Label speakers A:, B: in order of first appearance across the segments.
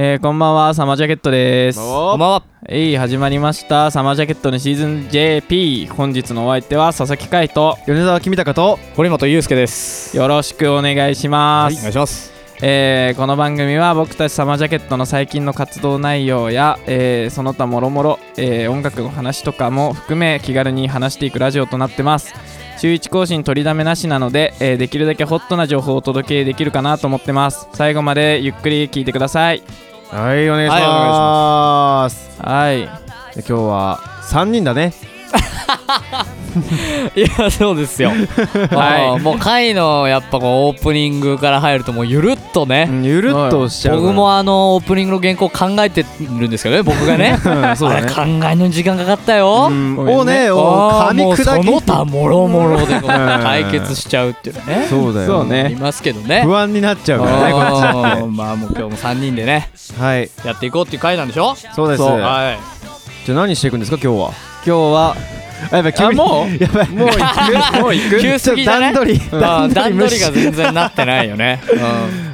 A: えー、こんばんは、サマージャケットです。
B: こんばんは。
A: えい、始まりました。サマージャケットのシーズン JP。本日のお相手は佐々木海と
B: 米沢君高と堀本裕介です。
A: よろしくお願いしま
B: はい、お
A: す。
B: 願いします。
A: えーこの番組は僕たちサマージャケットの最近の活動内容や、えーその他もろもろえー音楽の話とかも含め気軽に話していくラジオとなってます週1更新取りだめなしなので、えーできるだけホットな情報をお届けできるかなと思ってます最後までゆっくり聞いてください
C: はいお願いし
B: はいお願いし
C: ます,、
A: はい
C: 今日は三人だね
B: いや、そうです よ。
A: は
B: はい、もう回のやっぱこうオープニングから入るともうゆるっとね。
C: ゆるっとしちゃう
B: 僕もあのオープニングの原稿考えてるんですけどね、僕がね。
C: うんそうだね
B: あれ考えの時間かかったよ。
C: うん
A: ごめんね
C: をねを
B: あー
C: 噛み
B: もうその
C: 砕き
B: 他もろもろでこう
C: うん
B: 解決しちゃうっていうのね。
C: そうだよ
A: そう
B: あ
A: ね
B: りますけどね。
C: 不安になっちゃうからねこっちだ
B: あーまあもう今日も三人でね
C: ってはい
B: やっていこうっていう回なんでしょ。
C: そうです
B: そう。は
C: じ
B: い。
C: ゃあ何していくんですか今日は
A: 今日は
C: あやばい急に
A: あもう
C: やばいもう
B: もう行く急すぎじゃない
C: 段取り
B: ま あ段
C: 段
B: 取
C: 取
B: り
C: り
B: が
C: が
B: 全然なってないよ ね。うん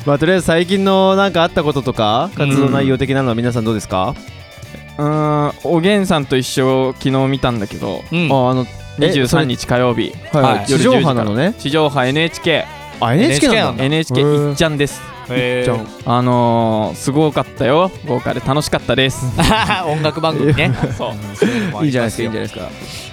C: まあとりあえず最近のなんかあったこととか活動内容的なのは皆さんどうですか
A: うーんおげんさんと一緒昨日見たんだけど、
B: うん
C: ああのえそ
A: 23
C: れ
A: 日火曜日
C: はい
B: はい
C: 地上波なのね
A: 地上波 NHK
C: あ NHK なんだ
A: NHK
C: へー
A: いっちゃんです
B: へ
C: じゃ
B: ー
C: ん
A: あのー、すごかったよ豪華で楽しかったです
B: 音楽番組ね。そう
C: いいじゃないですかいいじゃないですか、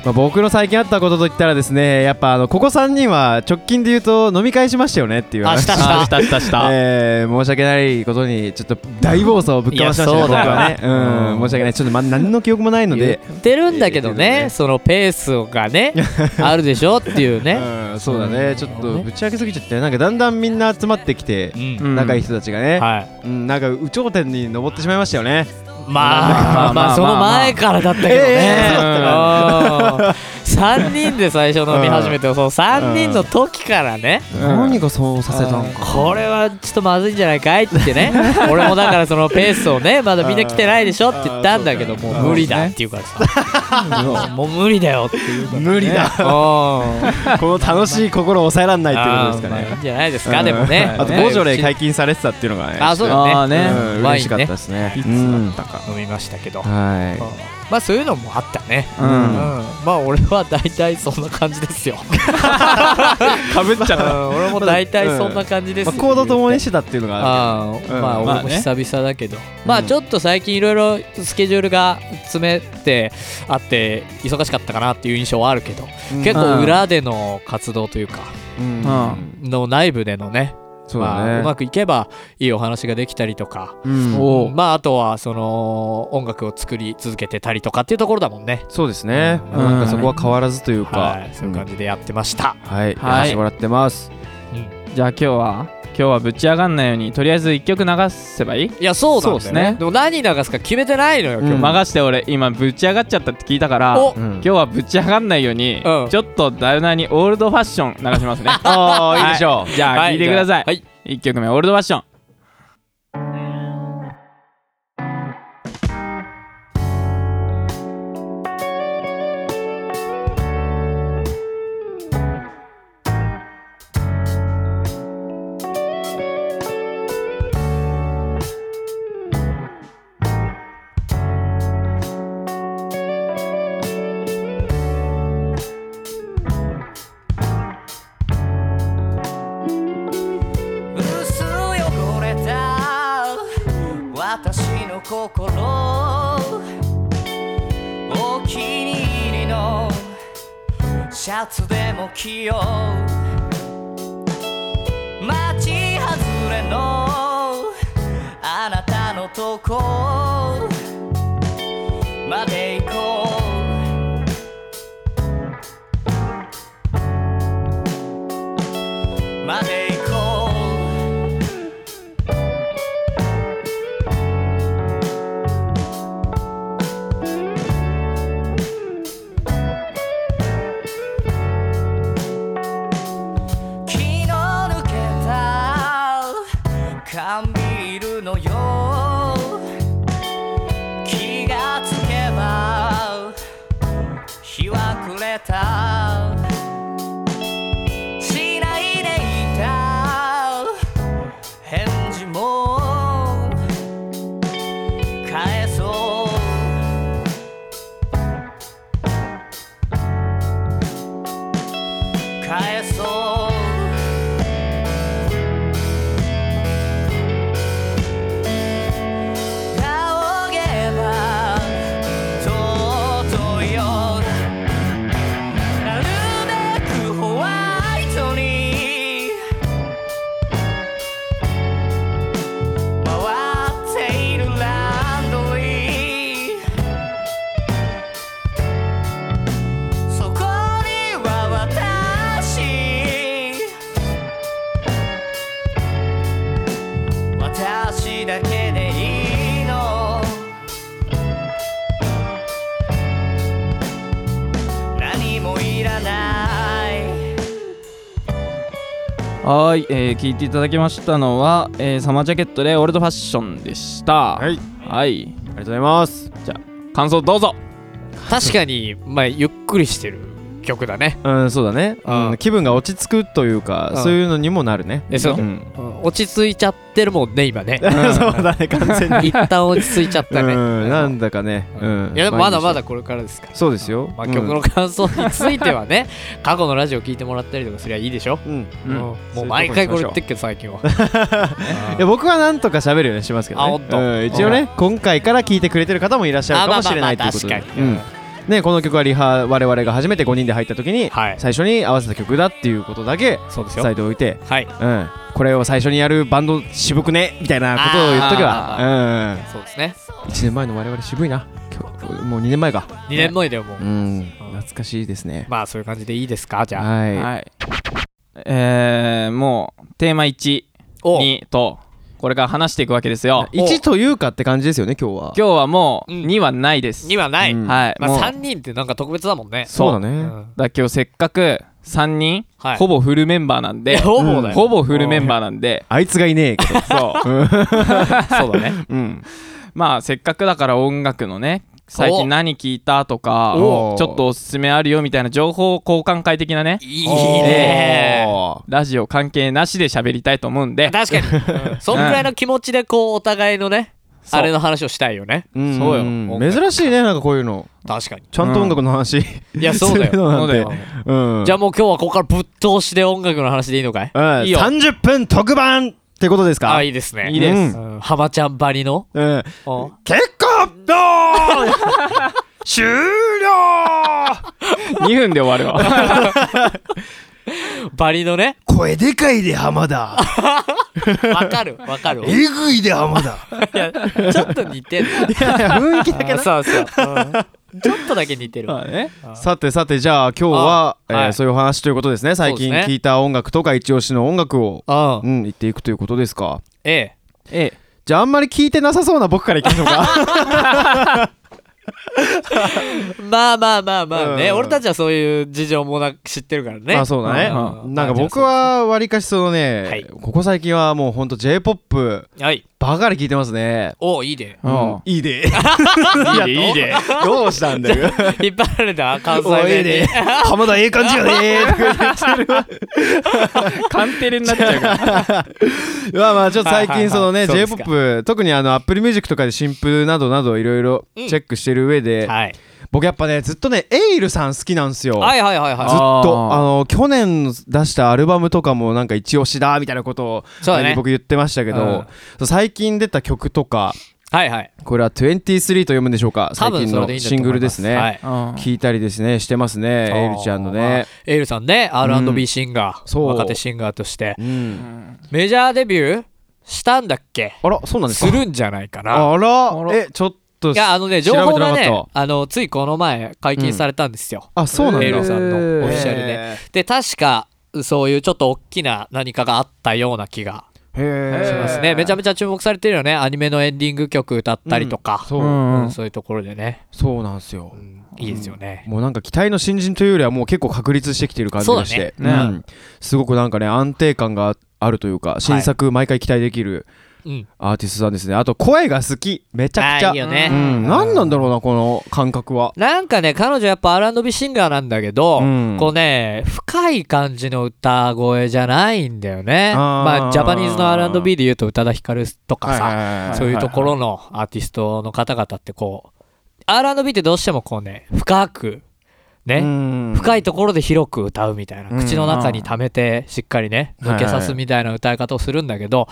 C: まあ、僕の最近あったことといったらですねやっぱあのここ3人は直近で言うと飲み会しましたよねっていう
B: あ
C: 話
B: した
A: あー
B: し。
A: したたしたした
C: えー申し訳ないことにちょっと大暴走をぶっかましました
B: い
C: ね
B: や
C: 僕
B: そうだよ
C: はね、
B: う
C: うんん、申し訳ないちょっと、ま、何の記憶もないの
B: 言
C: で、
B: ってるんだけどね、そのペースが ね、あるでしょっていうね。
C: うん、そうだねちょっとぶち上げすぎちゃってなんかだんだんみんな集まってきて
B: う、
A: うんん
C: 仲いい人たちがね、
B: はい。
C: うん、なんか有頂天に登ってしまいましたよね
B: まあ、
A: まあまあ
B: まあ、その前からだったけどね
C: えー。
B: 3人で最初飲み始めて、その3人の時からね、
C: 何がそうさせたのか
B: これはちょっとまずいんじゃないかいって ね俺もだからそのペースをねまだみんな来てないでしょって言ったんだけどもう無理だっていうから さもう無理だよっていうから
C: 無理だ
B: あ
C: この楽しい心を抑えられないっていうことです
B: ーま
C: か
B: あ
C: ね
B: いいんじゃないですかでもね
C: あとボジョレー解禁されてたっていうのがね
B: あそうだね
A: あ
B: ワ
C: うん
B: インね
C: 嬉しかったですね
B: いつだったか飲みましたけど
C: はい
B: まあそういうのもあったね
A: う
B: うん
A: ん
B: まあ俺は大体そんな感じです よ
C: かぶっちゃっ
B: う
C: た
B: ん俺も大体そんな感じです
C: まあ行動ともに
B: し
C: してたっていうのがあ
B: あーまあ
C: うん
A: まあ
B: 俺も久々だけどまあちょっと最近いろいろスケジュールが詰めてあって忙しかったかなっていう印象はあるけど
C: うん
B: 結構裏での活動というか
C: るうん
A: うん
B: の内部でのね
C: そう
B: まあ、
C: だ
B: うま
C: ね
B: くいけばいいお話ができたりとか、
C: うん
A: おう
B: まああとはその音楽を作り続けてたりとかっていうところだもんね
C: そうですね
B: うん
C: なんかそこは変わらずという
B: は
C: か
B: いそういう感じでやってました、
C: うんはいや
A: はい
C: らせてもらってます
A: じゃあ今日は今日はぶち上がんないようにとりあえず1曲流せばいい、
B: いやそうなん
A: そうで
B: だ
A: す
B: よね
A: ね
B: でも何流すか決めてないのよ今日、
C: うん
A: 任して俺今ぶち上がっちゃったって聞いたから
B: お
C: うん
A: 今日はぶち上がんないように、
B: うん
A: ちょっとだいなにオールドファッション流しますね
C: あーいいでしょ
A: はじゃあ
B: は
A: 聞いてください、
B: じゃあはい
A: 1曲目オールドファッション
D: 薄汚れた私の心お気に入りのシャツでも着よう街外れのあなたのとこまで行こうまで行こう気の抜けた缶ビールのよう気がつけば日は暮れたしないでいた返事もえそう返そう仰げば尊いよなるべくホワイトに回っているランドリーそこには私私だけでいいの何もいらない
A: はい、えー、聞いていただきましたのは、えーサマージャケットでオールドファッションでした
C: はい
A: はい
C: りがとうございます
A: 感想どうぞ
B: 確かに、まあ、ゆっくりしてる曲だね。
C: うんそうだね、
B: うん
C: うん、気分が落ち着くというか、
B: うん
C: そういうのにもなるね
B: でしょ
C: うん、。
B: 落ち着いちゃってるもんね、今ね
C: そうだね完全 に
B: 一旦落ち着いちゃったね。
C: うんなんだかね、うん、
B: いやでもまだま
C: だ
B: だこれからですから。
C: そうですよ、
B: まあ、曲の感想についてはね、 過去のラジオ聞いてもらったりとかすりゃいいでしょ。
C: うん、
A: う
C: うん
A: ん
B: もう毎回これ言ってっけど最 近は。
C: いや僕はなんとか喋るようにしますけど、ね、
B: あほんと
C: うん一応ね今回から聞いてくれてる方もいらっしゃ
B: あ
C: る
B: まあ
C: かもしれないと
B: まあ
C: いうことで、
B: まあ確かに
C: うんね、この曲はリハ我々が初めて5人で入った時に
B: はい
C: 最初に合わせた曲だっていうことだけ
B: そうですよ。
C: 伝えておいて、
B: はい。
C: うん、これを最初にやるバンド渋くねみたいなことを言っとけば、うん、
B: そうですね。
C: 1年前の我々渋いな今日もう2年前か、
B: 2年前だよ、もう
C: う。ん、懐かしいですね
B: まあそういう感じでいいですかじゃあ。
C: はい、
A: はいえー、もうテーマ1
B: お
A: 2とこれから話していくわけですよ
C: 1というかって感じですよね今日は
A: 今日はもう
B: うん
A: 2はないです、
B: にはない。
C: うん
B: ま
A: はい、もう
B: あ3人ってなんか特別だもんね。
C: そうだね、
B: うん
A: だから今日せっかく3人、
B: はい
A: ほぼフルメンバーなん
B: い
A: で
B: やほぼだよ
A: ほぼフルメンバーなん で
C: あいつがいねえけど
A: そう
B: そうだね。
C: うん
A: まあせっかくだから音楽のね最近何聞いたとかち
C: お
A: ょっとおすすめあるよみたいな情報交換会的なね
B: いいね。
C: おー
A: ラジオ関係なしで喋りたいと思うんで
B: 確かに。うんそんぐらいの気持ちでこうお互いのね、
A: そう
B: あれの話をしたいよね。
C: うん
A: そうよ
C: ん
B: 音楽
C: 珍しいねなんかこういうの
B: 確かに。
C: ちゃんと音楽の話、
B: いや、そうだ
C: するの
B: よ。
C: なんて
B: そうだよ
C: うん
B: じゃあもう今日はここからぶっ通しで音楽の話でいいのかい
C: うん
A: いいよ
C: 30分特番ってことですか
B: あ、いいですね。
A: いいです
C: うん
B: うんハマちゃんばりの。
C: うん
B: うん
C: 結構どー終了
A: 2分で終わるわ
B: バリのね。
C: 声でかいで浜田
B: わかる、わかる。い
C: えぐいで浜田
B: や、ちょっと似てる。
C: 雰囲気だけ
B: あそうそう。うんちょっとだけ似てるわ。
A: まあね
C: さてさてじゃあ今日は
B: あは
C: えー
B: い
C: そういうお話ということですね最近
B: そうですね
C: 聞いた音楽とか一押しの音楽を
B: う。
C: うんん言っていくということですか
B: ええ。
A: ええ
C: じゃああんまり聞いてなさそうな僕からいきましょうか
B: まあまあまあまあね、
C: うん
B: 俺たちはそういう事情もなく知ってるからね。
C: あそうだね
B: うん
C: なんか僕、はわりかしそのね、
B: はい
C: ここ最近はもうほんと J-POP
B: まあはい。
C: ばかり聞いてますね。
B: おいい ね。
A: うん
C: いいで。いいで、いいで。どうしたんだよ。
B: 引っ張られた関
C: おいい
B: 西
C: ね
B: 弁に。。
C: 浜田ええ感じ やね。
A: カンテレになっちゃうから
C: まあまあ、ちょっと最
B: はいはいは
C: 近
B: い
C: その ね、
B: そうですか
C: J-POP、特にあの、Apple Music とかで新譜などなどいろいろチ
B: うん
C: ェックしてる上で、
B: はい。
C: 僕やっぱね、ずっとね、エイルさん好きなんですよ。
B: はいはいはい
C: ずっ
B: は
C: と
A: あー
C: あの去年出したアルバムとかもなんか一押しだみたいなことを
B: そうだね
C: 前に僕言ってましたけ
B: う
C: ど
B: ん、
C: そう最近出た曲とか
B: い。はいはい。
C: これは23と読むんでしょうか
B: 多
C: 最
B: 分
C: 近
B: それ
C: の
B: でいいんだと
C: シン
B: 思
C: グ
B: い
C: ル
B: ま
C: です
B: す。
C: ね、
B: はい。
A: うん
C: 聞いたりですねしてますねエイルちゃんの
B: まあ
C: ね、。
B: エイルさんね、R&B シンガー、
C: そう
B: 若手シンガーとして、
C: うん、
B: メジャーデビューしたんだっけ
C: あらそうなんです
B: す
C: か
B: るんじゃないかな。
C: あら
A: あら
C: えちょっと
B: いや、あのね、情報が
C: 調べてな
B: ね
C: かっ、
B: あの、ついこの前解禁されたんですよ。
C: あそうなんだ
B: エイルさんの
A: へー
B: オフィシャルで。
C: へ
B: で確かそういうちょっと大きな何かがあったような気が
C: ー
B: しますね、
A: へー
B: めちゃめちゃ注目されてるよねアニメのエンディング曲歌ったりとか、
C: そう、
A: うん
B: そういうところでね、
C: そうなんですよ
B: うんいいですよね、
C: もうなんか期待の新人というよりはもう結構確立してきてる感じがして
A: そうだね
C: うんすごくなんかね安定感があるというか新作毎回期待できる
B: うん
C: アーティストさんですねあと声が好きめちゃくち
B: あ
C: ゃ
B: ーいいよ
C: う
B: ね、
C: ん、何なんだろうなこの感覚は
B: なんかね彼女やっぱ R&B シンガーなんだけど、
C: うん
B: こうね深い感じの歌声じゃないんだよね
C: あー
B: まあジャパニーズの R&B で言うと宇多田ヒカルとかさ、
C: さ
B: そういうところのアーティストの方々ってこう R&B ってどうしてもこうね深くね、深いところで広く歌うみたいな、
C: うん
B: 口の中に溜めてしっかりね
C: はいは
B: 抜
C: い
B: けさすみたいな歌い方をするんだけど、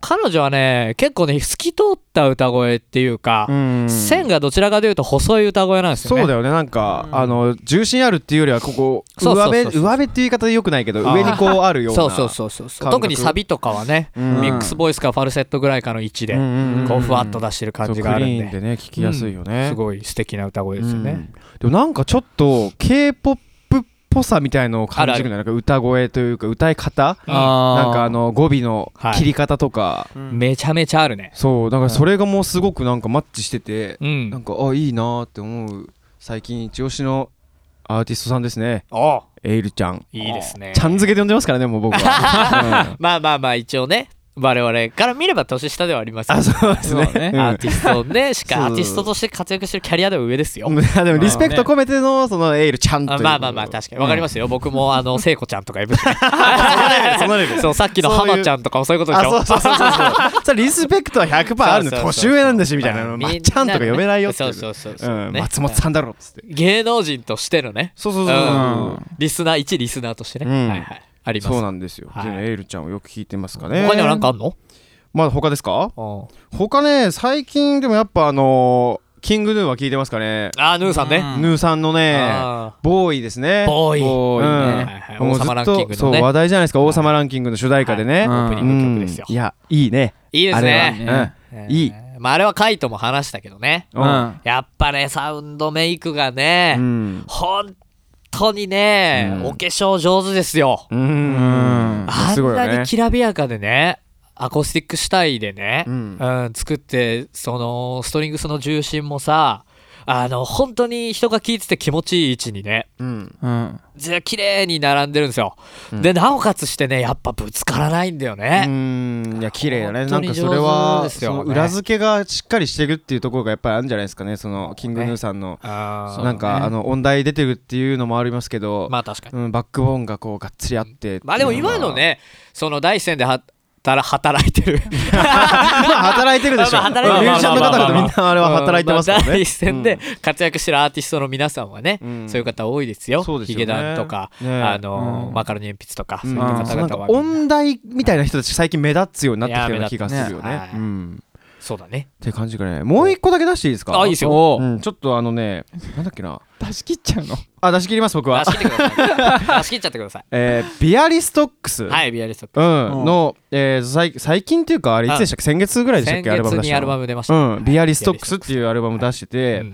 B: 彼女はね結構ね透き通った歌声っていうか、線がどちらかというと細い歌声なんですよね。
C: そうだよねなんか、
B: うん
C: あの重心あるっていうよりはここ
B: そうそうそうそう
C: 上辺上辺っていう言い方でよくないけど
B: あー
C: 上にこうあるような
B: そうそうそうそうそう
C: 感覚
B: 特にサビとかはね、
C: うん
B: ミックスボイスかファルセットぐらいかの位置で、
C: ん
B: こうふわっと出してる感じがあるん
C: そう
B: で
C: クリーンでね聞きやすいよね、
B: すごい素敵な歌声ですよね。
C: うんでもなんかちょっと K-POP っぽさみたいのを感じるんだよなんか歌声というか歌い方なんかあの語尾の
B: はい
C: 切り方とか、
B: めちゃめちゃあるね。
C: そうだからそれがもうすごくなんかマッチしてて、
B: うん。
C: なんかあいいなーって思う最近一押しのアーティストさんですね
B: お
C: エイルちゃん
B: いいですね
C: ち。ゃん付けで呼んでますからねもう僕 は、
B: まあまあまあ一応ね我々から見れば年下ではありますけど
C: あそうですね
A: そうね
C: うん
B: アーティストねし
C: そう
B: かアーティストとして活躍してるキャリアでは上ですよ。
C: うんいやでもリスペクト込めてのそのエイルちゃんとい
B: あ
C: う
B: まあまあまあ確かにわかりますよ、僕もあの聖子ちゃんとかいるし
C: そのレベル
B: そうさっきの
C: そういう
B: 浜ちゃんとかもそういうことで
C: あ
B: しょ
C: そうそうそうそう それリスペクトは100%あるの
B: そうそうそう
C: 年上なんだしみたいなのまっちゃんとか読めないよってい
B: そうそうそうそう、
C: うん
B: ね
C: 松本さんだろっつって
B: 芸能人としてのね
C: そうそう
B: そう
A: うん
B: リスナー一リスナーとしてね、
C: うん
B: はいはいあります
C: そうなんですよ
B: はい
C: でエイルちゃんをよく聞いてますかね
B: 他には何かあんの、
C: まあ他ですか
B: うん
C: 他ね最近でもやっぱあのーキングヌーは聞いてますかね
B: あーヌーさんね、
C: ヌーさんのね
B: あ
C: ボーイです
B: ー
C: ね
B: ボーイ
A: ボ
C: ーイ
B: は
C: ね
B: いはい
C: も
B: 王
C: うず
B: 様ラ
C: っ
B: ンキングの
C: と
B: ね
C: そう話題じゃないですか王様ランキングの主題歌でね
A: う
B: オ
A: ん
B: ープニ
C: う
B: ング曲
C: ん
B: ですよ、
C: いやいいね
B: いいですね
C: あれはうん
B: えー
C: いい
B: まああれはカイトも話したけどね
A: うんうん
B: やっぱねサウンドメイクがね、
C: うん
B: 本当にね、
C: うん
B: お化粧上手ですよ
C: う
A: うん
C: ん
B: あ
C: すご
B: ん
C: いよ
B: なに
C: ね
B: きらびやかでねアコースティック主体でね、
C: う
B: うんん作ってそのストリングスの重心もさあの本当に人が聴いてて気持ちいい位置にね
C: うん
A: うん
B: ず綺麗に並んでるんですよ、
C: うん
B: でなおかつしてねやっぱぶつからないんだよ
C: う
B: ね、
C: ーんいや綺麗だねな
B: 本当
C: ん
B: に
C: かそれは
B: 上手ですよ
C: その
B: ね
C: 裏付けがしっかりしてるっていうところがやっぱりあるんじゃないですかねそのキングヌーさんの、
B: あー
C: なんか、あの音大出てるっていうのもありますけど、
B: まあ確かに
C: うん、バックボーンがこうがっつりあって
B: まあでも今のねその第一線ではたら働いてる
C: まあ働いてるでしょ
B: まあまあ働いてる
C: ミュージシャンの方々みんなあれは働いてますから
B: うんあ第
C: ね
B: 一線で活躍してるアーティストの皆さんはね、
C: うん
B: そういう方多いですよ。
C: そうですよね
B: ヒゲダンとか、
C: ね
B: あのー
A: うん
B: マカロニ鉛筆とか、
C: うん
B: そういう方
C: そうなん
B: 々
C: か
B: はみんな
C: 音大みたいな人たち最近目立つようになってきてるようない気
B: や
C: がするよね
B: 目立つね
C: うん、
B: そうだね。
C: って感じがねもう一個だけ出していいですか
B: あいいですよ
A: お
C: う
A: ー
C: ん、ちょっとあのねなんだっけな
A: 出し切っちゃうの
C: あ出し切ります僕は
B: 出し切ってくだ さい。出し切っちゃってください。
C: えービアリストックス、
B: はい、ビアリストッ
C: う
B: ク。
C: ん、の、えー、最最近っていうかあれいつでしたっけ先月ぐらいでしたっ
B: 先
C: けアルバ
B: 月
C: ム出し
B: に
C: た
B: アルバ
C: の
B: ム出ました。
C: うん、ビアリストックスっていうアルバム出してて、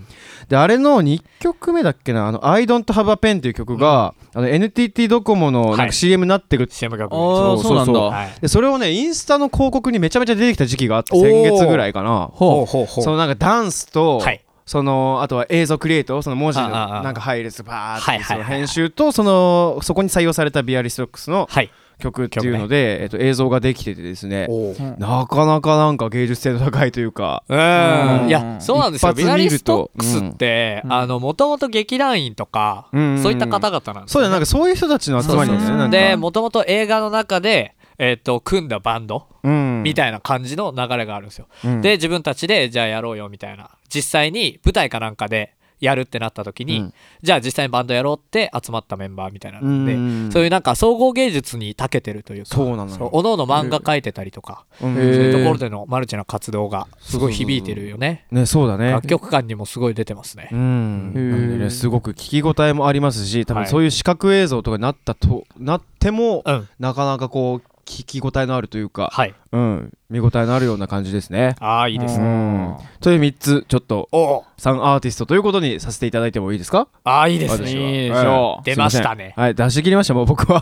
C: であれの2曲目だっけな「あの I don't have a pen」っていう曲が、あの NTT ドコモのなん
B: は
C: か
B: い
C: CM になってるって、
B: CM 曲。
A: あー
C: そうそうそう
A: そうなんだ
B: はい。
C: でそれをねインスタの広告にめちゃめちゃ出てきた時期があって
B: おー
C: 先月ぐらいかな
B: ほうほうほう。
C: そのなんかダンスと、
B: はい。
C: そのあとは映像クリエイトその文字の
B: ああああ
C: なんか配列バ
B: は
C: ー
B: い
C: って
B: はい
C: そ
B: はい
C: の編集とそのそこに採用されたビアリストックスの
B: はい。
C: 曲っていうので、えっと、映像ができててですね
B: お
A: ー
C: なかなかなんか芸術性の高いというか
B: うん。
A: うん
B: いや、そうなんですよ。
C: 一
B: ビ
C: 発
B: ア
C: 見
B: リ
C: ると
B: ストックスって、
A: うん
B: あの、もともと劇団員とか、
C: うんうんうん
B: そういった方々なんです
C: そうだよなんかそういう人たちの集まりなんだよねなんか
B: でもともと映画の中で、えー、と組んだバンド
C: うん
B: みたいな感じの流れがあるんですよ、
C: うん
B: で自分たちでじゃあやろうよみたいな実際に舞台かなんかでやるってなった時に、
C: うん
B: じゃあ実際にバンドやろうって集まったメンバーみたいなので、
C: うん
B: そういうなんか総合芸術に長けてるというか
C: そうなのよ
B: おのおの漫画描いてたりとか、
C: うん
A: へ
B: そう
A: ー
B: いうところでのマルチな活動がすごい響いてるよね
C: ねそうだね
B: 楽曲感にもすごい出てますね
C: う、ん
A: へー
C: なんでねすごく聞き応えもありますし多分
B: はい
C: そういう視覚映像とかになったとなっても
B: うん、
C: なかなかこう聞き応えのあるというか
B: はい
C: うん見応えのあるような感じですね
B: ああいいです
C: う
B: ね、
C: んという3つちょっと
B: おお
C: 3アーティストということにさせていただいてもいいですか
B: ああいいですね
C: 私はい
A: いでしょう
C: すい
B: 出ま
C: せん
B: したね
C: はい出し切りましたもう僕は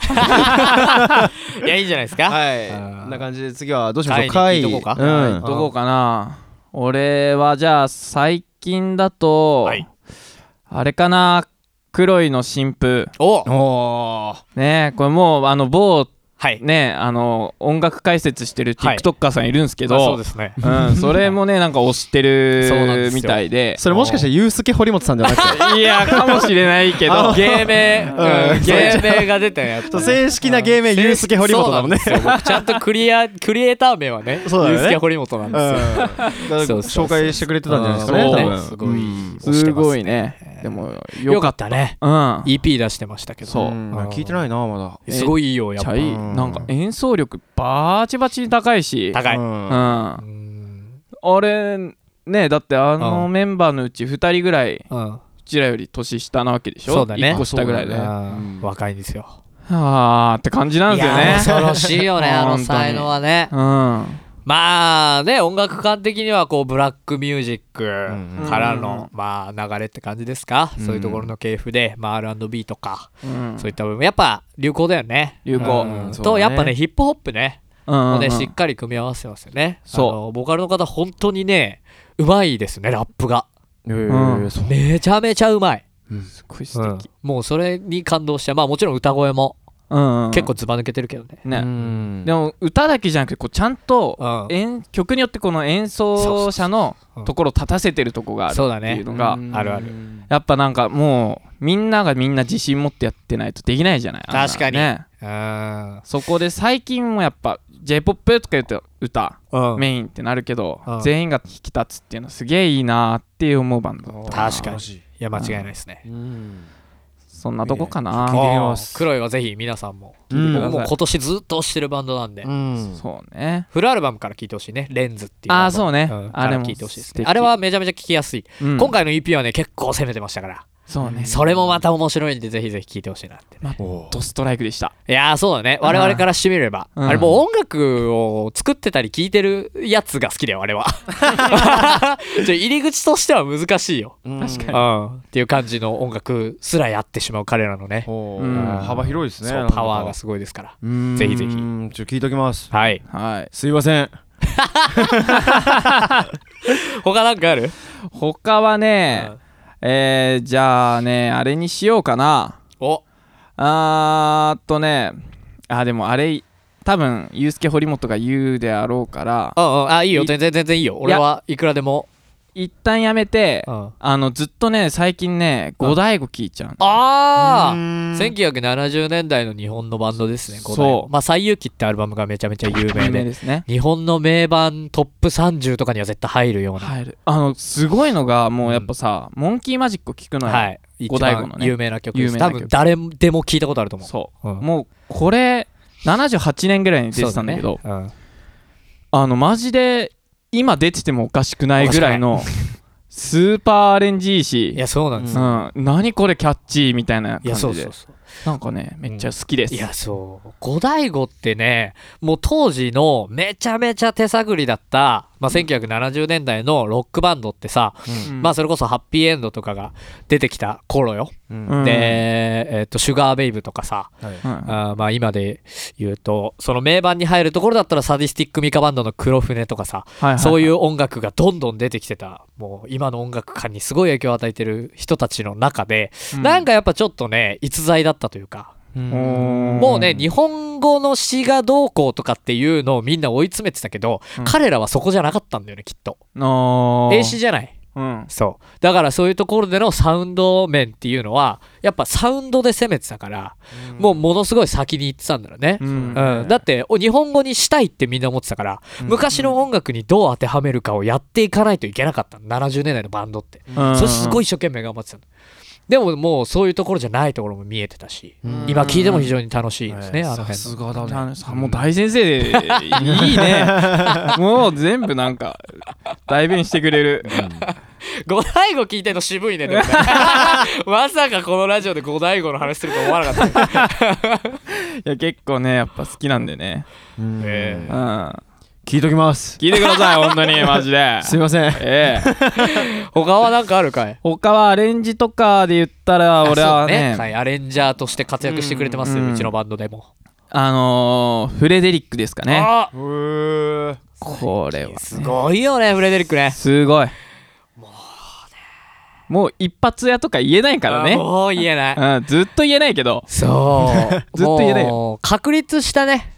B: いやいいんじゃないですか、
C: はい
B: あー
C: こんな感じで次はどうしましょうか
B: 会に聞いとこうか
C: うん
A: どこかな俺はじゃあ最近だと、
B: はい
A: あれかな黒いの新婦
B: お
C: おー
A: ねこれもうあの某
B: はい
A: ねあの音楽解説してる
B: はい
A: TikToker さんいるんですけど、
B: あそうですね
A: うん、それ もねなんか推して
B: そうなんで
A: る
B: すよ
A: みたい で
C: それもしかしてユースケ堀本さんじゃなくて
A: いやかもしれないけど
B: 芸名、
C: うん
B: うん芸名が出たやつ
C: そう正式な芸名ユースケ堀本だもんね
B: そうなんですよ僕ちゃんとクリアクリエイター名はね
C: そうだね
B: ユースケ堀本なんですよ、
C: うん
B: そうそうそう
C: 紹介してくれてたんじゃないです
B: そう
C: かね
B: ね
C: 多分
B: すごい
C: うん
B: 推してます
A: すごいねでも
B: よ
A: よ
B: か
A: かっ
B: ったね
A: たうん
B: EP 出してましたけど
A: そう
C: うん聞いてないなまだ
A: え
B: すごいいいよやっ
A: ち
B: ぱ
A: ゃいい
C: うん
A: なんか演奏力バチバチに高いし
B: 高い、
A: う
C: うん
A: んあ
B: うん
A: れねだってあのメンバーのうち2人ぐらい
B: うん
A: うちらより年下なわけでしょ
B: そうだね
A: 1個下ぐらいで
C: そうだね
A: は
B: うん若いんですよ
A: あって感じなんですよね
B: 恐ろしいよねあの才能はね
A: うん
B: まあね音楽観的にはこうブラックミュージッ
C: ん
B: クからの、まあ流れって感じですか、
C: うん
B: そういうところの系譜で、まあ、R&B とか、
A: うん
B: そういった部分やっぱ流行だよね
A: 流行
B: うん
C: うんそうだ
B: と
C: ね
B: やっぱねヒップホップね
A: うん
B: も
A: う
B: うんねしっかり組み合わせてますよね
A: そう
B: あのボーカルの方本当にねうまいですねラップが
C: えーそう
B: めちゃめちゃうまい、
A: すごい素敵
B: もうそれに感動してまあもちろん歌声も
A: うんうん
B: 結構ずば抜けてるけどね、
A: ね
C: うん
A: でも歌だけじゃなくてこうちゃんと
B: うん
A: 演曲によってこの演奏者の
B: そう
A: ところを立たせてるとこがある
B: そうだ
A: っていう
B: ね
A: のが
B: あるある
A: やっぱなんかもうみんながみんな自信持ってやってないとできないじゃない
B: 確かに
A: あんなのね
B: うん
A: そこで最近もやっぱ j p o p とか言うと歌
B: うん
A: メインってなるけど
B: うん
A: 全員が引き立つっていうのはすげえいいなーっていう思うバンド
B: 確かにいや間違いないですね
C: うん
A: そんなとこか
B: あ
A: な
C: 聞いてみ
B: あ
C: ます
B: ークロイはぜひ皆さんも
C: うん
A: 聞いてくださ
B: も
A: いう
B: 今年ずっと推してるバンドなんで
C: うん
A: そうね
B: フルアルバムから聴いてほしいねレンズっていう
A: あー
B: アル
A: そ
B: バム
A: うね
B: ん
A: あれも
B: から聴いてほしいです
A: 素
B: ね
A: 敵
B: あれはめちゃめちゃ聴きやすい
A: うん
B: 今回の EP はね結構攻めてましたから
A: そうね
B: それもまた面白いんでぜひぜひ聴いてほしいなってね
C: お
A: ドストライクでした
B: いやーそうだね我々からしてみれば
A: うん
B: あれもう音楽を作ってたり聴いてるやつが好きだよあれはちょ入り口としては難しいよ
C: 確か
B: うんっていう感じの音楽すらやってしまう彼らのね
C: ほ
A: うん
C: う幅広いですね
B: そうパワーがすごいですから
C: が
B: ぜひぜひ
C: ちょっと聞いときます
B: はい
A: はい
C: すいません
B: 他なんかある
A: 他はねえーじゃあねあれにしようかな
B: お
A: あーっとねあでもあれ多分ユースケ堀本が言うであろうから
B: うんうんあいいよ全然全然いいよ俺はいくらでも
A: 一旦やめて
B: うん
A: あのずっとね最近ね
B: うん
A: 五大悟聞いちゃうの
B: ああ
C: ー
B: 1970年代の日本のバンドですね、
A: そう
B: 五代目まあ、西遊記ってアルバムがめちゃめちゃ有名
A: 有名
B: で、
A: ですね
B: 日本の名盤トップ30とかには絶対入るような、
A: 入るあのすごいのがもうやっぱさ、モンキーマジックを聞くのよ、
B: はい、
A: 五
B: 一
A: 代五
B: 番
A: のね
B: 有名な曲で
A: 有
B: す。
A: 名な
B: 多
A: 曲
B: 分誰でも聞いたことあると思う。
A: そう、
B: うん
A: もうこれ78年ぐらいに出てたんだけど
B: そうだね
A: あのマジで今出ててもおかしくないぐらいのスーパーアレンジいい
B: うん
A: し
B: いや、そうなんです
A: う
B: よ。
A: ん、何これキャッチーみたいな感じ
B: い
A: で
B: や、そうそうそう。
A: なんかねめっちゃ好きです、
B: いや、そう。五代五ってね、もう当時のめちゃめちゃ手探りだった、まあ、1970年代のロックバンドってさ、
A: うん
B: まあ、それこそハッピーエンドとかが出てきた頃よ。
C: うん
B: で、えっと、シュガーベイブとかさ、
C: はい
A: うん
B: あーまあ今で言うとその名盤に入るところだったらサディスティックミカバンドの黒船とかさ
A: は は
B: そういう音楽がどんどん出てきてたもう今の音楽界にすごい影響を与えてる人たちの中で、
A: うん
B: なんかやっぱちょっとね逸材だったというか、もうね日本語の詩がどうこうとかっていうのをみんな追い詰めてたけど、
A: うん
B: 彼らはそこじゃなかったんだよねきっと
A: の
B: 英詩じゃない
A: うん
B: そうだからそういうところでのサウンド面っていうのはやっぱサウンドで攻めてたから、もうものすごい先に行ってたんだろうね、
A: うん
B: うん、だってお日本語にしたいってみんな思ってたから、昔の音楽にどう当てはめるかをやっていかないといけなかったの70年代のバンドって、
A: うん
B: それすごい一生懸命頑張ってたのでももうそういうところじゃないところも見えてたし、
C: うん
B: 今聴いても非常に楽しいですね、
C: えー
B: あの
C: さ
B: 辺
C: すがだね
A: あのさもう大先生でいい ねもう全部なんか代弁してくれる
B: 五大悟聞いてんの渋いねでもねまさかこのラジオで五大悟の話すると思わなかった、
A: いや結構ねやっぱ好きなんでね
C: うん
A: うん
B: え
C: 聞いときます
A: 聞いてください本 当にマジで
C: すいません
A: ええ
B: ー他は何かあるかい
A: 他はアレンジとかで言ったら俺は
B: あ
A: ね
B: そうはいアレンジャーとして活躍してくれてますよ、
A: う
B: うんちのバンドでも、
A: あのーフレデリックですかね
B: あ
A: これはね
B: すごいよねフレデリックね
A: すごいもう一発屋とか言えないからね、
B: もう言えない。
A: うん、ずっと言えないけど
B: そう。
A: ずっと言えないよ
B: よ。確立したね。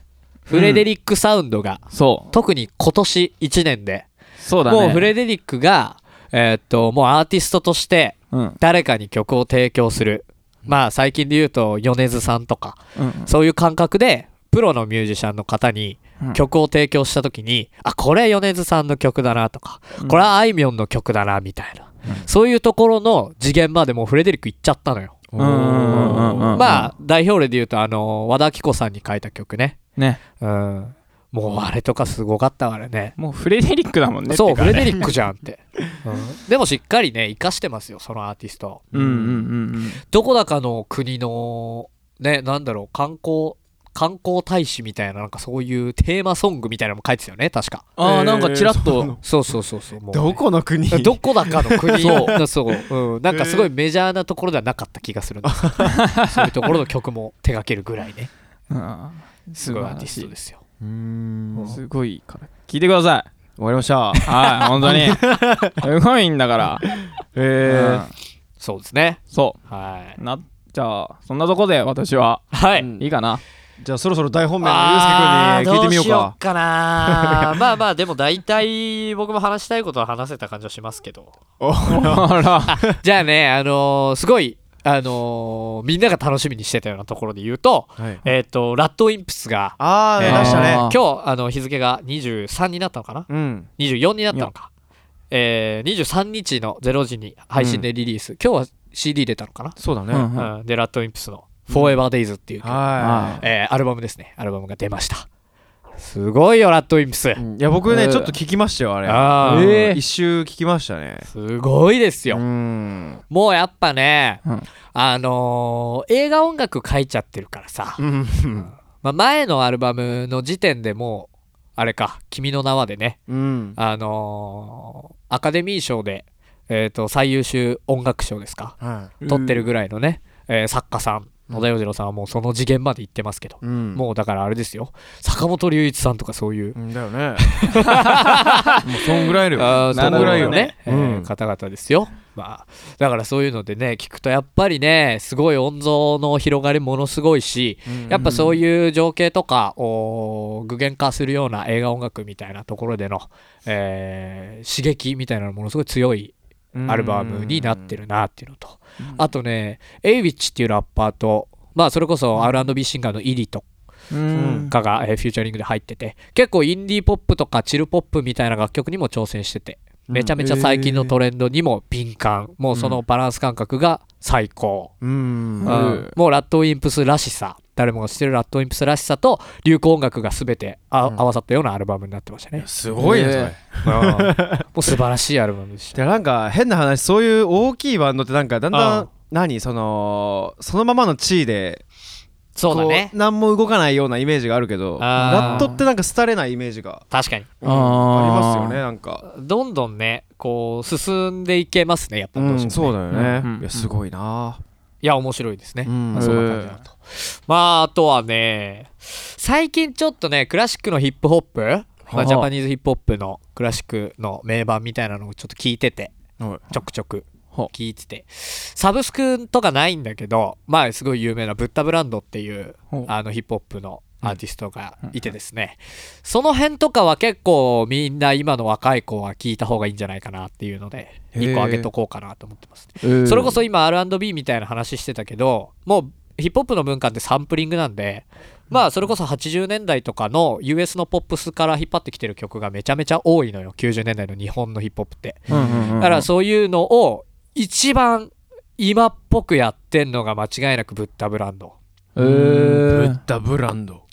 B: フレデリックサウンドが、
A: そう
B: 特に今年1年で、
A: そうだね
B: もうフレデリックが、えーっと、もうアーティストとして
A: うん
B: 誰かに曲を提供する。まあ最近で言うと、米津さんとか、
A: うん
B: そういう感覚で、プロのミュージシャンの方に
A: うん
B: 曲を提供した時に、あ、これ米津さんの曲だなとか、
A: うん
B: これはあいみょんの曲だなみたいな、そういうところの次元までもうフレデリック行っちゃったのよ。
A: うんうんうんうんうん
B: まあ代表例で言うとあの和田アキ子さんに書いた曲ね
A: ね
B: うんもうあれとかすごかったからね
A: もうフレデリックだもんね
B: そう
A: って
B: フ
A: か
B: レ
A: ね
B: デリックじゃんって、うんでもしっかりね生かしてますよそのアーティスト
A: うんうん
B: どこだかの国のねなんだろう観光観光大使みたいななんかそういうテーマソングみたいなのも書いてたよね確か
A: あーなんかちらっと
C: そうなの
B: そうそうそうそうもうね
C: どこの国
B: ど こだかの国そ うそう、うん、なんかすごいメジャーなところではなかった気がするんですけどそういうところの曲も手掛けるぐらい ね
A: うんうん
B: すごいアーティス
A: 素晴
B: ト
A: ら
B: ですよ
C: うーん終
A: すごいから聞いてください
C: わりまし
A: は
C: た
A: い、本当に。すごいんだから。
C: え
A: うん
B: そうですね
A: そ。
B: はいう
A: な、じゃあ、そんなとこで私は、
B: はいい
A: いいかな。
C: ーじゃあそろそろ大本命のゆうすけくんに聞いてみよう
B: か
C: か
B: な まあまあでも大体僕も話したいことは話せた感じはしますけど
A: あら。
B: じゃあねあのーすごいあのーみんなが楽しみにしてたようなところで言うと
C: はい
B: えっ、とラッドウィンプスが
C: あー
B: え
C: 出
B: ー
C: したね
A: あ
B: 今
A: ー
B: 日あの日付が23になったのかな
C: うん
B: 24になったのか、えー、23日の0時に配信でリリース、今日は CD 出たのかな、
C: そうだね
A: う
C: は
A: んうん
B: うん、でラッドウィンプスの「ForeverDays」っていう曲、
A: あ
C: い
B: えーアルバムですねアルバムが出ましたすごいよラッドウィンプス、
C: うんいや僕
A: え
C: ね
A: ー
C: ちょっと聞きましたよあれ
B: あー
C: えー一周聞きましたね
B: すごいですよ、
C: うん
B: もうやっぱね、
A: うん
B: あのー映画音楽書いちゃってるからさ、
C: うん
B: まあ、前のアルバムの時点でもうあれか「君の名は」でね
C: うん
B: あのーアカデミー賞で、えー、と最優秀音楽賞ですか
C: は
B: 撮ってるぐらいのね、えー作家さん野田洋次郎さんはもうその次元まで行ってますけど、
C: いうん
B: もうだからあれですよ坂本龍一さんとかそういう、
C: うんだ よねもうそんぐらいだよ
B: あー
A: な
B: そ
A: る
B: の
A: ほ
B: ぐ
A: ど
B: ら
A: ね
B: いのね、えー
C: うん
B: 方々ですよ、まあ、だからそういうのでね聞くとやっぱりねすごい音像の広がりものすごいし、やっぱそういう情景とかを具現化するような映画音楽みたいなところでの、えー刺激みたいなのものすごい強いアルバムになってるなっていうのと、あとねエイビッチっていうラッパーとまあそれこそ R&B シンガーのイリと
A: うん。
B: かが、えーフューチャリングで入ってて結構インディーポップとかチルポップみたいな楽曲にも挑戦しててめちゃめちゃ最近のトレンドにも敏感、もうそのバランス感覚が最高、
C: うん
B: うんもうラッドウィンプスらしさ誰もが知ってるラッドウィンプスらしさと流行音楽が全てあ、
C: うん
B: 合わさったようなアルバムになってましたね、
C: すごいねそれ
A: えー
B: も う素晴らしいアルバムでした
C: でなんか変な話そういう大きいバンドってなんかだんだ
B: うん
C: ん何そのそのままの地位で
B: そうだね
C: こう何も動かないようなイメージがあるけど
B: あー
C: ラットってなんか廃れないイメージが
B: 確かに
A: あー
C: ありますよねなんか
B: どんどんねこう進んでいけますねやっぱどうしてもね
C: そうだよね
A: うん
C: いやすごいない
B: や面白いですね、
C: うん
B: まあそんな感じだと。 まあ、あとはね、最近ちょっとね、クラシックのヒップホップ、ま
A: は
B: あ、ジャパニーズヒップホップのクラシックの名盤みたいなのをちょっと聞いてて、
C: はい
B: ちょくちょく
A: ほ
B: 聞いてて、サブスクとかないんだけど、まあ、すごい有名なブッダブランドっていう
A: ほう
B: あのヒップホップのアーティストがいてですね、その辺とかは結構みんな今の若い子は聞いた方がいいんじゃないかなっていうので、
C: へー
B: 2個上げとこうかなと思ってます。
A: そ
B: それこそ今 R&B みたいな話してたけどもうヒップホップの文化ってサンプリングなんでまあそれこそ80年代とかの US のポップスから引っ張ってきてる曲がめちゃめちゃ多いのよ90年代の日本のヒップホップって
A: うんうんうん。
B: だからそういうのを一番今っぽくやってんのが間違いなくブッダブランド
A: えー。
C: ダブランド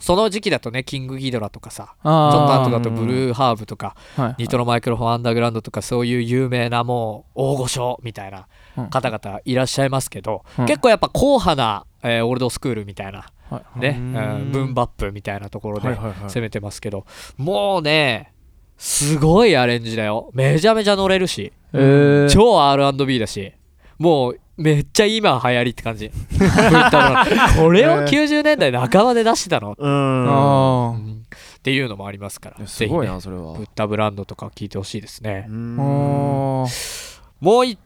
B: その時期だとねキングギドラとかさちょっ
A: あー
B: と後だとブルーハーブとか
A: はい
B: ニトロマイクロフォンアンダーグラウンドとかそういう有名なもう大御所みたいな方々いらっしゃいますけど、
A: うん
B: 結構やっぱ硬派な、えーオールドスクールみたいな、
A: は
B: ね
C: う
B: うんん、ブンバップみたいなところ
C: はい
B: で
C: はいはい
B: 攻めてますけど、もうねすごいアレンジだよめちゃめちゃ乗れるし
A: えー。
B: 超 R&B だしもうめっちゃ今流行りって感じブッダブランドこれを90年代半ばで出してたの、
C: うん
A: あ
B: う
A: ー
B: んっていうのもありますから
C: す
B: ぜひ
C: ごい
B: ね
C: なそれは
B: ブッダブランドとか聞いてほしいですね、
C: うん
A: おー
B: もう一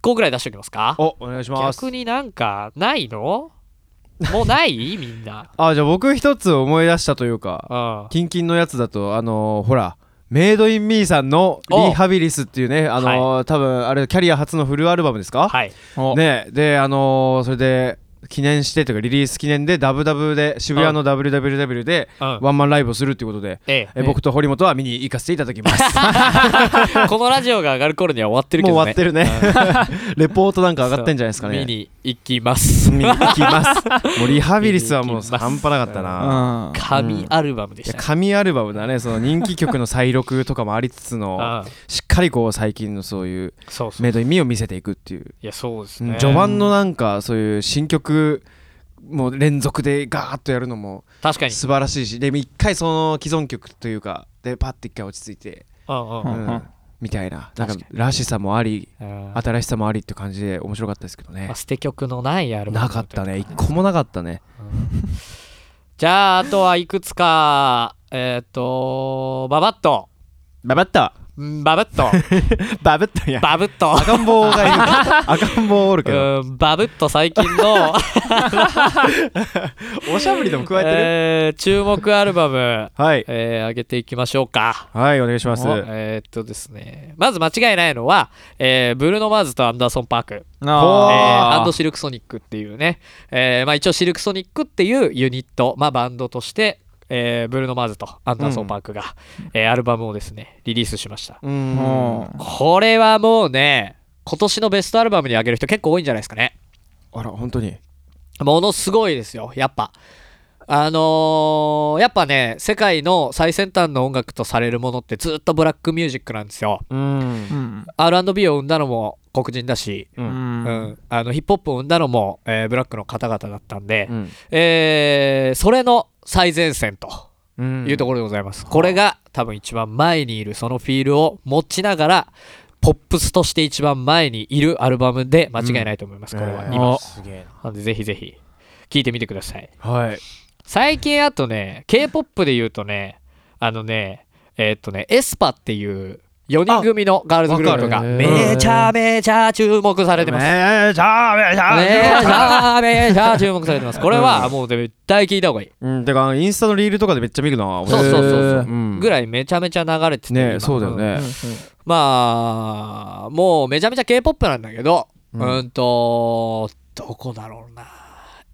B: 個ぐらい出しておきますか
C: おお願いします
B: 逆になんかないのもうないみんな
C: あじゃあ僕一つ思い出した というか
B: うん
C: キンキンのやつだとあのーほらメイドインミーさんの「リ
B: お
C: ハビリス」っていうねあのー多分あれキャリア初のフルアルバムですか、
B: はい
A: お
C: ねであのーそれで記念してというかリリース記念でダブダブで渋谷の WWW で
B: うん
C: ワンマンライブをするっていうことで、
B: え
C: え僕と堀本は見に行かせていただきます
B: え このラジオが上がる頃には終わってるけ
C: も
B: ど
C: う
B: ね
C: 終わってるね レポートなんか上がってんじゃないですかね
B: 見に行きます
C: 見に行きますもうリハビリスはもう
B: 見に行きます
C: 半端なかった
A: う
C: な、
A: ん
B: 神アルバムで
C: い
B: し
C: や
B: たね
C: 神アルバムだねその人気曲の再録とかもありつ つの、
B: うん
C: しっかりこう最近のそういう
B: そうそう
C: メイドインミーを見せていくっていう、
B: いやそうです
C: うん
B: ね
C: 序盤のなんかそういう新曲もう連続でガーッとやるのも
B: 確かに
C: 素晴らしいしで一回その既存曲というかでパッて一回落ち着いて、
B: うんうん
C: う
A: うんん
C: みたいななんか
B: 確から
C: しさもあり
B: うん
C: 新しさもありって感じで面白かったですけどね
B: まあ、捨て曲のないアルバム
C: なかったね一個もなかったね
B: じゃああとはいくつかえっ、とババッと
C: ババッタ
B: うんババッ と
C: ババッタや
B: バブッと
C: 赤ん坊がいる 赤ん坊おるけど
B: うんバブッと最近の、
C: おしゃぶりでも加えてる、
B: えー注目アルバム、
C: はい
B: えー上げていきましょうか。
C: はいお願いしますほ
B: えーっとですね、まず間違いないのは、えーブルーノ・マーズとアンダーソン・パーク、えー
C: あー
B: アンド・シルク・ソニックっていうね、えーまあ、一応シルク・ソニックっていうユニット、まあ、バンドとして、えーブルーノ・マーズとアンダーソン・パークが、えーアルバムをですねリリースしました。
C: う
A: うん
C: ん
B: これはもうね今年のベストアルバムに上げる人結構多いんじゃないですかね
C: あら本当に
B: ものすごいですよやっぱあのーやっぱね世界の最先端の音楽とされるものってずっとブラックミュージックなんですよ
C: うん
A: うん
B: R&B を生んだのも黒人だし、
C: う
A: うん
B: うん
A: ん
B: あのヒップホップを生んだのも、えーブラックの方々だったんで、
C: うん
B: えーそれの最前線と
C: うん
B: いうところでございます、これが多分一番前にいるそのフィールを持ちながらポップスとして一番前にいるアルバムで間違いないと思います、これは
C: えー
B: 今、
C: すげえ
B: なんでぜひぜひ聴いてみてください
C: なはい
B: 最近あとね K-POP で言うとねあのねえーっとねエスパっていう4人組のガールズグループが
C: わかる
B: めちゃめちゃ注目されてます
C: めちゃめちゃ
B: めちゃめちゃ注目されてますこれはもう絶対聞いた方がいい
C: うん、てかあのインスタのリールとかでめっちゃ見るな
B: そうそうそうそう
C: へーん
B: ぐらいめちゃめちゃ流れてて
C: ね
B: 今
C: そうだよね、
B: まあもうめちゃめちゃ K-POP なんだけど
C: う
B: うんんとどこだろうな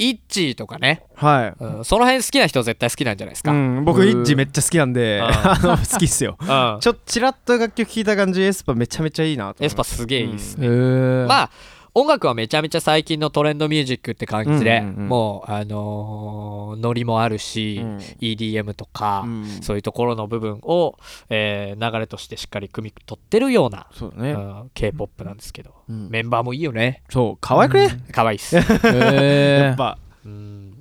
B: イッチーとかね、
C: はい
B: うんその辺好きな人は絶対好きなんじゃないですか、
C: うん、僕イッジめっちゃ好きなんで あの好き っすよ
B: うん
C: ちょっとちらっと楽曲聴いた感じエスパめちゃめちゃいいなと思い
B: エスパ
C: ます
B: すげえいいっす
A: え
B: ね、
A: ー
B: まあ音楽はめちゃめちゃ最近のトレンドミュージックって感じで、
C: うんうんうん
B: もうあのーノリもあるし、
C: うん
B: EDM とか、
C: うん
B: そういうところの部分を、えー流れとしてしっかり組み取ってるような、
C: そうだ
B: う
C: ね、
B: ん、K-POP なんですけど、
C: うん
B: メンバーもいいよね
C: そう可愛くね、
B: 可愛いっ す、
C: や
A: え
C: っぱ
B: うん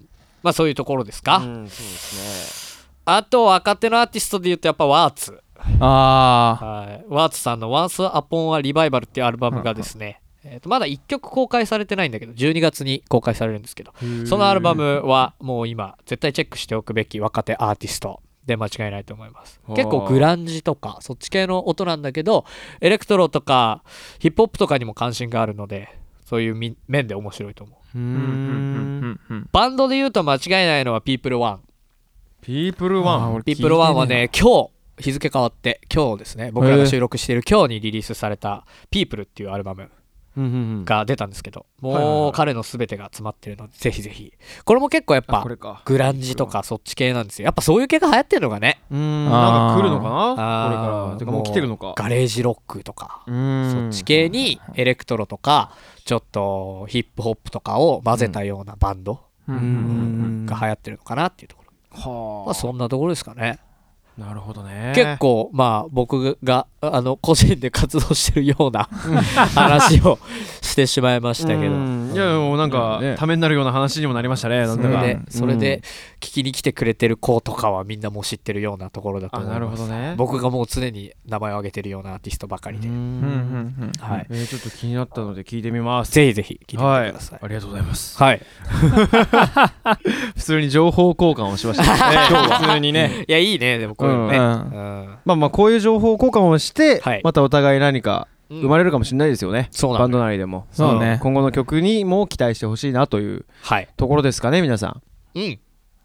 B: まあそういうところですか、
C: うんそうですね
B: あと若手のアーティストで言うとやっぱワーツ、
A: ー、あ
B: はい、ワーツさんの「Once Upon a Revival」っていうアルバムがですね、えーとまだ1曲公開されてないんだけど12月に公開されるんですけどそのアルバムはもう今絶対チェックしておくべき若手アーティストで間違いないと思います
C: はあ
B: 結構グランジとかそっち系の音なんだけどエレクトロとかヒップホップとかにも関心があるのでそういうみ面で面白いと思う
C: う
A: ーうんうんうんんうん
B: バンドで言うと間違いないのは People1
C: ピープルワン
B: ピープルワンはね、今日、日付変わって、今日ですね、僕らが収録している今日にリリースされた、ピープルっていうアルバム
C: うんうんうん
B: が出たんですけど、
C: はいはいは
B: も
C: いう
B: 彼の全てが詰まってるので、ぜひぜひ。これも結構やっ
C: あ
B: ぱ
C: こ、れか
B: グランジとかそっち系なんですよ。やっぱそういう系が流行ってるのがね、
C: うんな
A: あー
C: んか来るのか
B: あ
C: なこれから
B: ー
C: てかもう来てるのか
B: ガレージロックとか、
C: うん
B: そっち系にエレクトロとか、ちょっとヒップホップとかを混ぜたようなバンド
A: う
C: うん
B: が流行ってるのかなっていうところ。まあ
C: は
B: そんなところですかね。
C: あなるほどね
B: 結構まあ僕があの個人で活動してるような話をしてしまいましたけど、
C: うんいやもうなんか、
A: ね
C: ためになるような話にもなりましたねなん
B: そ
C: だ
B: れ
C: か
B: で
A: うん
B: それで聞きに来てくれてる子とかはみんなもう知ってるようなところだと
C: あ
B: 思います
C: なるほどね
B: 僕がもう常に名前を挙げてるようなアーティストばかりで、
A: うんうんうん
B: はい、
C: えーちょっと気になったので聞いてみます
B: ぜひぜひ聞いてみ
C: は
B: て
C: い
B: ください、
C: ありがとうございます
B: はい、
C: 普通に情報交換をしましたね今日は
A: 普通にね、
B: いやいいねでもこういうのね、
A: う
B: うんん
A: う
C: まあまあこういう情報交換をして、
B: はい
C: またお互い何か
B: うん
C: 生まれるかもしれないですよね、
B: そうな
C: バ
B: ん
C: ン
B: だよ
C: ド内でも
A: そうね
C: ん今後の曲にも期待してほしいなという
B: はい
C: ところですかね皆さん
B: うん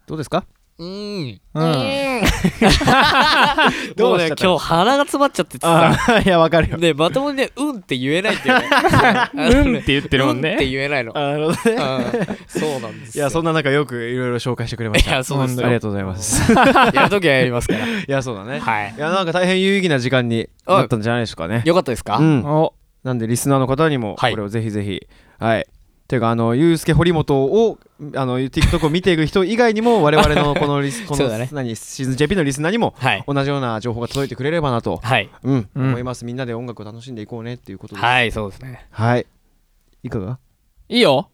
C: どうですか
B: うん
A: うん
B: どうね
C: どうしちゃった
B: 今日鼻が詰まっちゃっててさ
C: あいやわかる
B: ねまともにね「うん」って言えないっていうねあのね
A: うんって言ってるもんね
B: うんって言えないの
C: あなるほどね
B: うんそうなんです
C: い
B: よ
C: やそんな中よくいろいろ紹介してくれまし
B: い
C: た
B: やそうです
C: ありが
B: よ
C: とうございま す
B: やるときはやりますから
C: いやそうだね
B: はい
C: いやなんか大変有意義な時間になったんじゃないでしょうかね
B: よかったですか
C: うん
A: お
C: なんでリスナーの方にもこ
B: はい
C: れをぜひぜひはいていうかあのユうスケ堀本をあの TikTok を見ていく人以外 にも我々のこのリスこ
B: そ
C: の
B: うだね
C: 何シーズン JP のリスナーにも
B: はい
C: 同じような情報が届いてくれればなと
B: はい
C: うん
A: うん
C: 思いますみんなで音楽を楽しんでいこうねっていうことです
B: はいそうですね
C: はいいかが
A: いいよ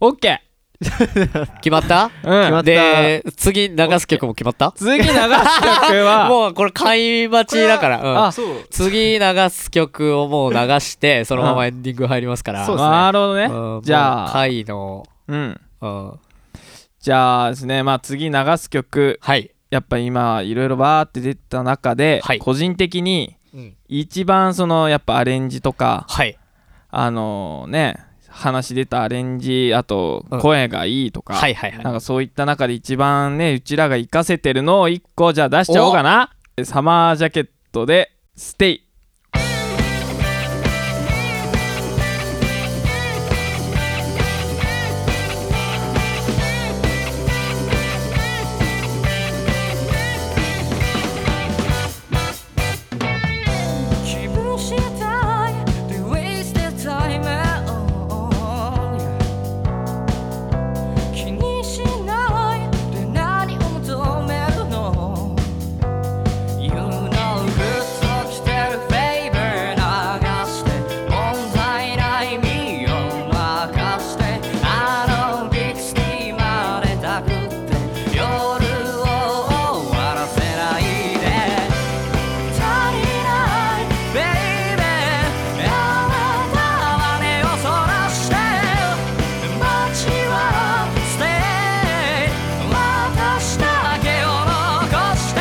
A: オッケ
B: 決まった
A: ーうん
C: まった
B: で次流す曲も決まった
A: 次流す曲は
B: もうこれ買い待ちだからうん
C: そう
B: 次流す曲をもう流してそのままエンディング入りますから
C: そうですね
A: なるほどね
B: うん
A: じゃ
B: もう
A: あ
B: 回の
A: うん
B: うん
A: じゃあですねまあ次流す曲
B: はい
A: やっぱ今いろいろバーって出てた中で、
B: はい
A: 個人的に
B: うん
A: 一番そのやっぱアレンジとか
B: はい
A: あのね話出たアレンジあと
B: うん
A: 声がいいとか、
B: はいはいはい
A: なんかそういった中で一番ねうちらが活かせてるのを一個じゃあ出しちゃおうかなサマージャケットで「ステイ
D: 気分次第で wasted time 気にしないで何を求めるの You know グッときてる Favor 流して問題ない身を任してあのビクスにまでたくって夜を終わらせないで足りない Baby あなたは目をそらして街は Stay 私だけを残して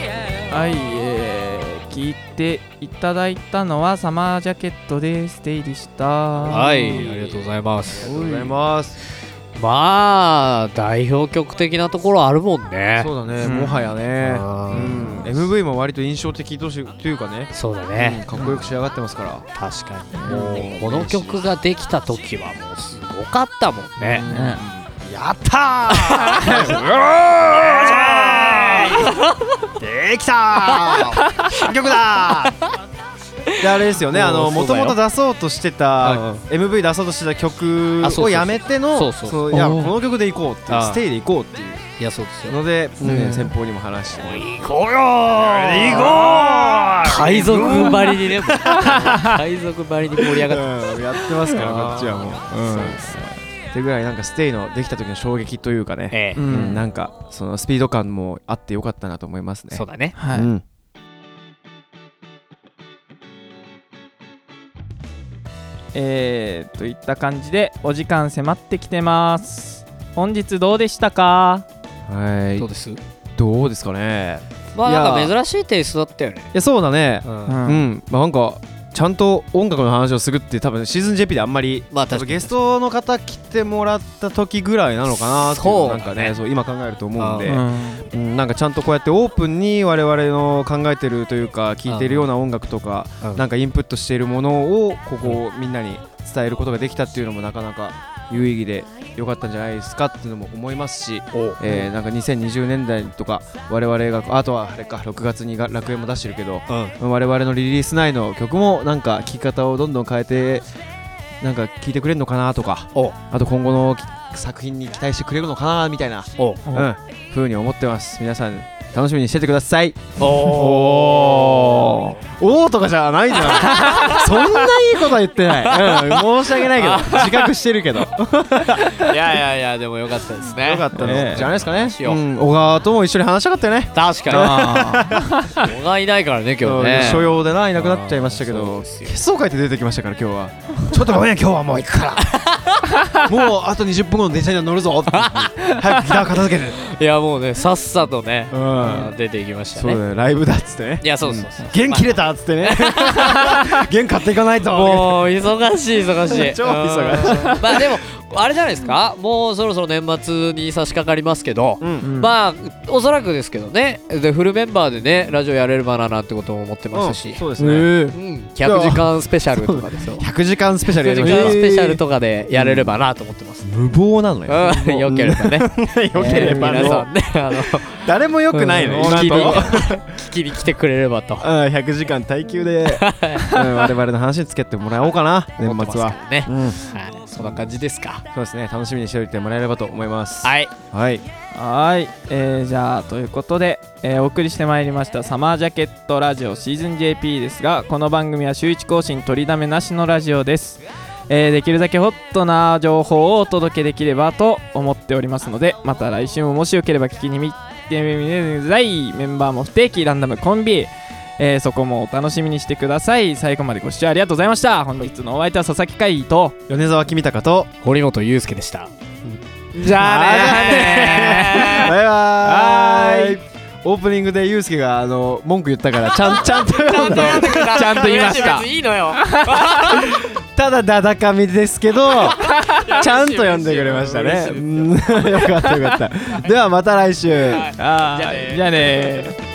D: Yeah」
A: はい、えー、聞いていただいたのはサマージャケットで「ステイでした
B: はいありがとうございま
C: あ
B: す
C: りがとうございます
B: まあ代表曲的なところあるもんね
C: そうだね
A: うん
C: もはやね
B: あ
C: うん MV も割と印象的としというかね
B: そうだ
C: うん
B: ね
C: かっこよく仕上がってますから
B: 確かにもうこの曲ができた時はもうすごかったもんね
A: ね
B: やった
C: できたー新曲だーであれですよねあ
B: も
C: の
B: う
C: も
B: そ
C: と
B: うだよ
C: もと出そうとして
B: は
C: た MV 出そうとしてた曲
B: あそうそうそ
C: を
B: う
C: やめての
B: そうそう
C: いやこ
A: おー
C: の曲でいこうっていう
B: あー
C: ステイでいこうってい
B: ーいやそうです
C: う
B: よ
C: ので、ね
A: うん
C: 先方にも話して
B: 行こうよ行こう海賊ばりに ね海賊ばりに盛り上がっ
C: うんやってますからこっちはもう、うん、ってぐらいなんかステイのできた時の衝撃というか
B: て
C: ね、
B: え
A: う
B: え
C: うん
A: ん
C: なんかそのスピード感もあってよかったなと思いますね
B: そうだね
A: は
C: う
A: い、
C: ん
A: えー、といった感じでお時間迫ってきてます本日どうでしたか
C: は
B: どう
C: い
B: です
C: どうですかね
B: まあなん
C: い
B: か珍しいテイストだったよね
C: いやそうだね
B: うん
A: う、
C: うんん、まあ、なんかちゃんと音楽の話をするって多分シーズン JP であんまり
B: まあ
C: 多
B: 確
C: 分
B: かに
C: ゲストの方来てもらった時ぐらいなのかなっていう
B: そう
C: な
B: だ
C: ん
B: ね
C: かねそう今考えると思うん
A: う
C: で、
A: ん
C: うんなんかちゃんとこうやってオープンに我々の考えてるというか聴いてるような音楽とか
B: うん
C: なんかインプットしているものをここみんなに伝えることができたっていうのもなかなか有意義で良かったんじゃないですかっていうのも思いますし、
B: お
C: えーなんか2020年代とか我々があとはあれか6月にが楽園も出してるけど
B: うん
C: 我々のリリース内の曲もなんか聴き方をどんどん変えてなんか聴いてくれるのかなとか
B: お
C: あと今後のき作品に期待してくれるのかなみたいな、
B: お
A: お
C: うん、ふうに思ってます皆さん楽しみにしててください
B: お
C: おーとかじゃ ないじゃんそんないいことは言ってない、うん、申し訳ないけど自覚してるけどよか
B: いやいやいやでもよかったですね
C: ったの、
A: ね
C: じゃないですかね、
B: しよう
C: うん、小川とも一緒に話したかったよね
B: 確かに小がいないからね今日ね
C: 所用でないなくなっちゃいましたけ
B: あーそう
C: ど
B: ですよ
C: 結相会って出てきましたから今日はちょっとごめん今日はもう行くからもうあと20分後の電車には乗るぞって早くギター片付けて
B: いやもうねさっさとね、
C: うん
B: うん出ていきました
C: そう
B: ね
C: だよライブだっつってね
B: いやそうそうそう、
C: 弦切れたっつって ね弦買っていかないと
B: もう忙しい忙しい
C: 超忙
B: しいまあでもあれじゃないですかもうそろそろ年末に差し掛かりますけど、
C: うん
A: うん
B: まあおそらくですけどねでフルメンバーでねラジオやれればななんてことも思ってますし、
C: そうです
A: え
C: ね
A: ー
B: うん100時間スペシャルとかですよ
C: 100時間スペシャルや
B: 100
C: り
B: 時
C: まし
B: 間
C: た
B: スペシャルとかでやれればなと思ってます、
C: 無謀なのよ
B: うん、よければね
C: よければ
B: えー皆さん
C: の
B: ねあの
C: 誰もよくないの
B: うん
C: 今
B: 聞き
C: のと
B: に
C: こ
B: 聞きに来てくれればと
C: うん100時間耐久 でうん我々の話につけてもらおうかな年
B: 思ってます
C: 末
B: か
C: は
B: らね、
C: うん
B: はい、そんな感じですか
C: そうですね楽しみにしておいてもらえればと思います
B: はい
C: はい
A: はーい、えーじゃあということで、えーお送りしてまいりました「サマージャケットラジオシーズン JP」ですがこの番組は週1更新取りだめなしのラジオです、えーできるだけホットな情報をお届けできればと思っておりますのでまた来週ももしよければ聞きに見てみてくださいメンバーも不定期ランダムコンビえーそこもお楽しみにしてください最後までご視聴ありがとうございました本日のお相手は佐々木海と
C: 米沢君高と
B: 堀本裕介でした
A: じ
C: ゃあ
A: ね
C: バイバーイ
A: はー
C: オープニングでユうスケがあの文句言ったからちゃんちゃんと読んだよ
B: ちゃん
A: と言いました
B: いいのよ
C: ただだだかみですけど ちゃんと読んでくれました ねうんよかったよかったではまた来週
A: あーじゃあね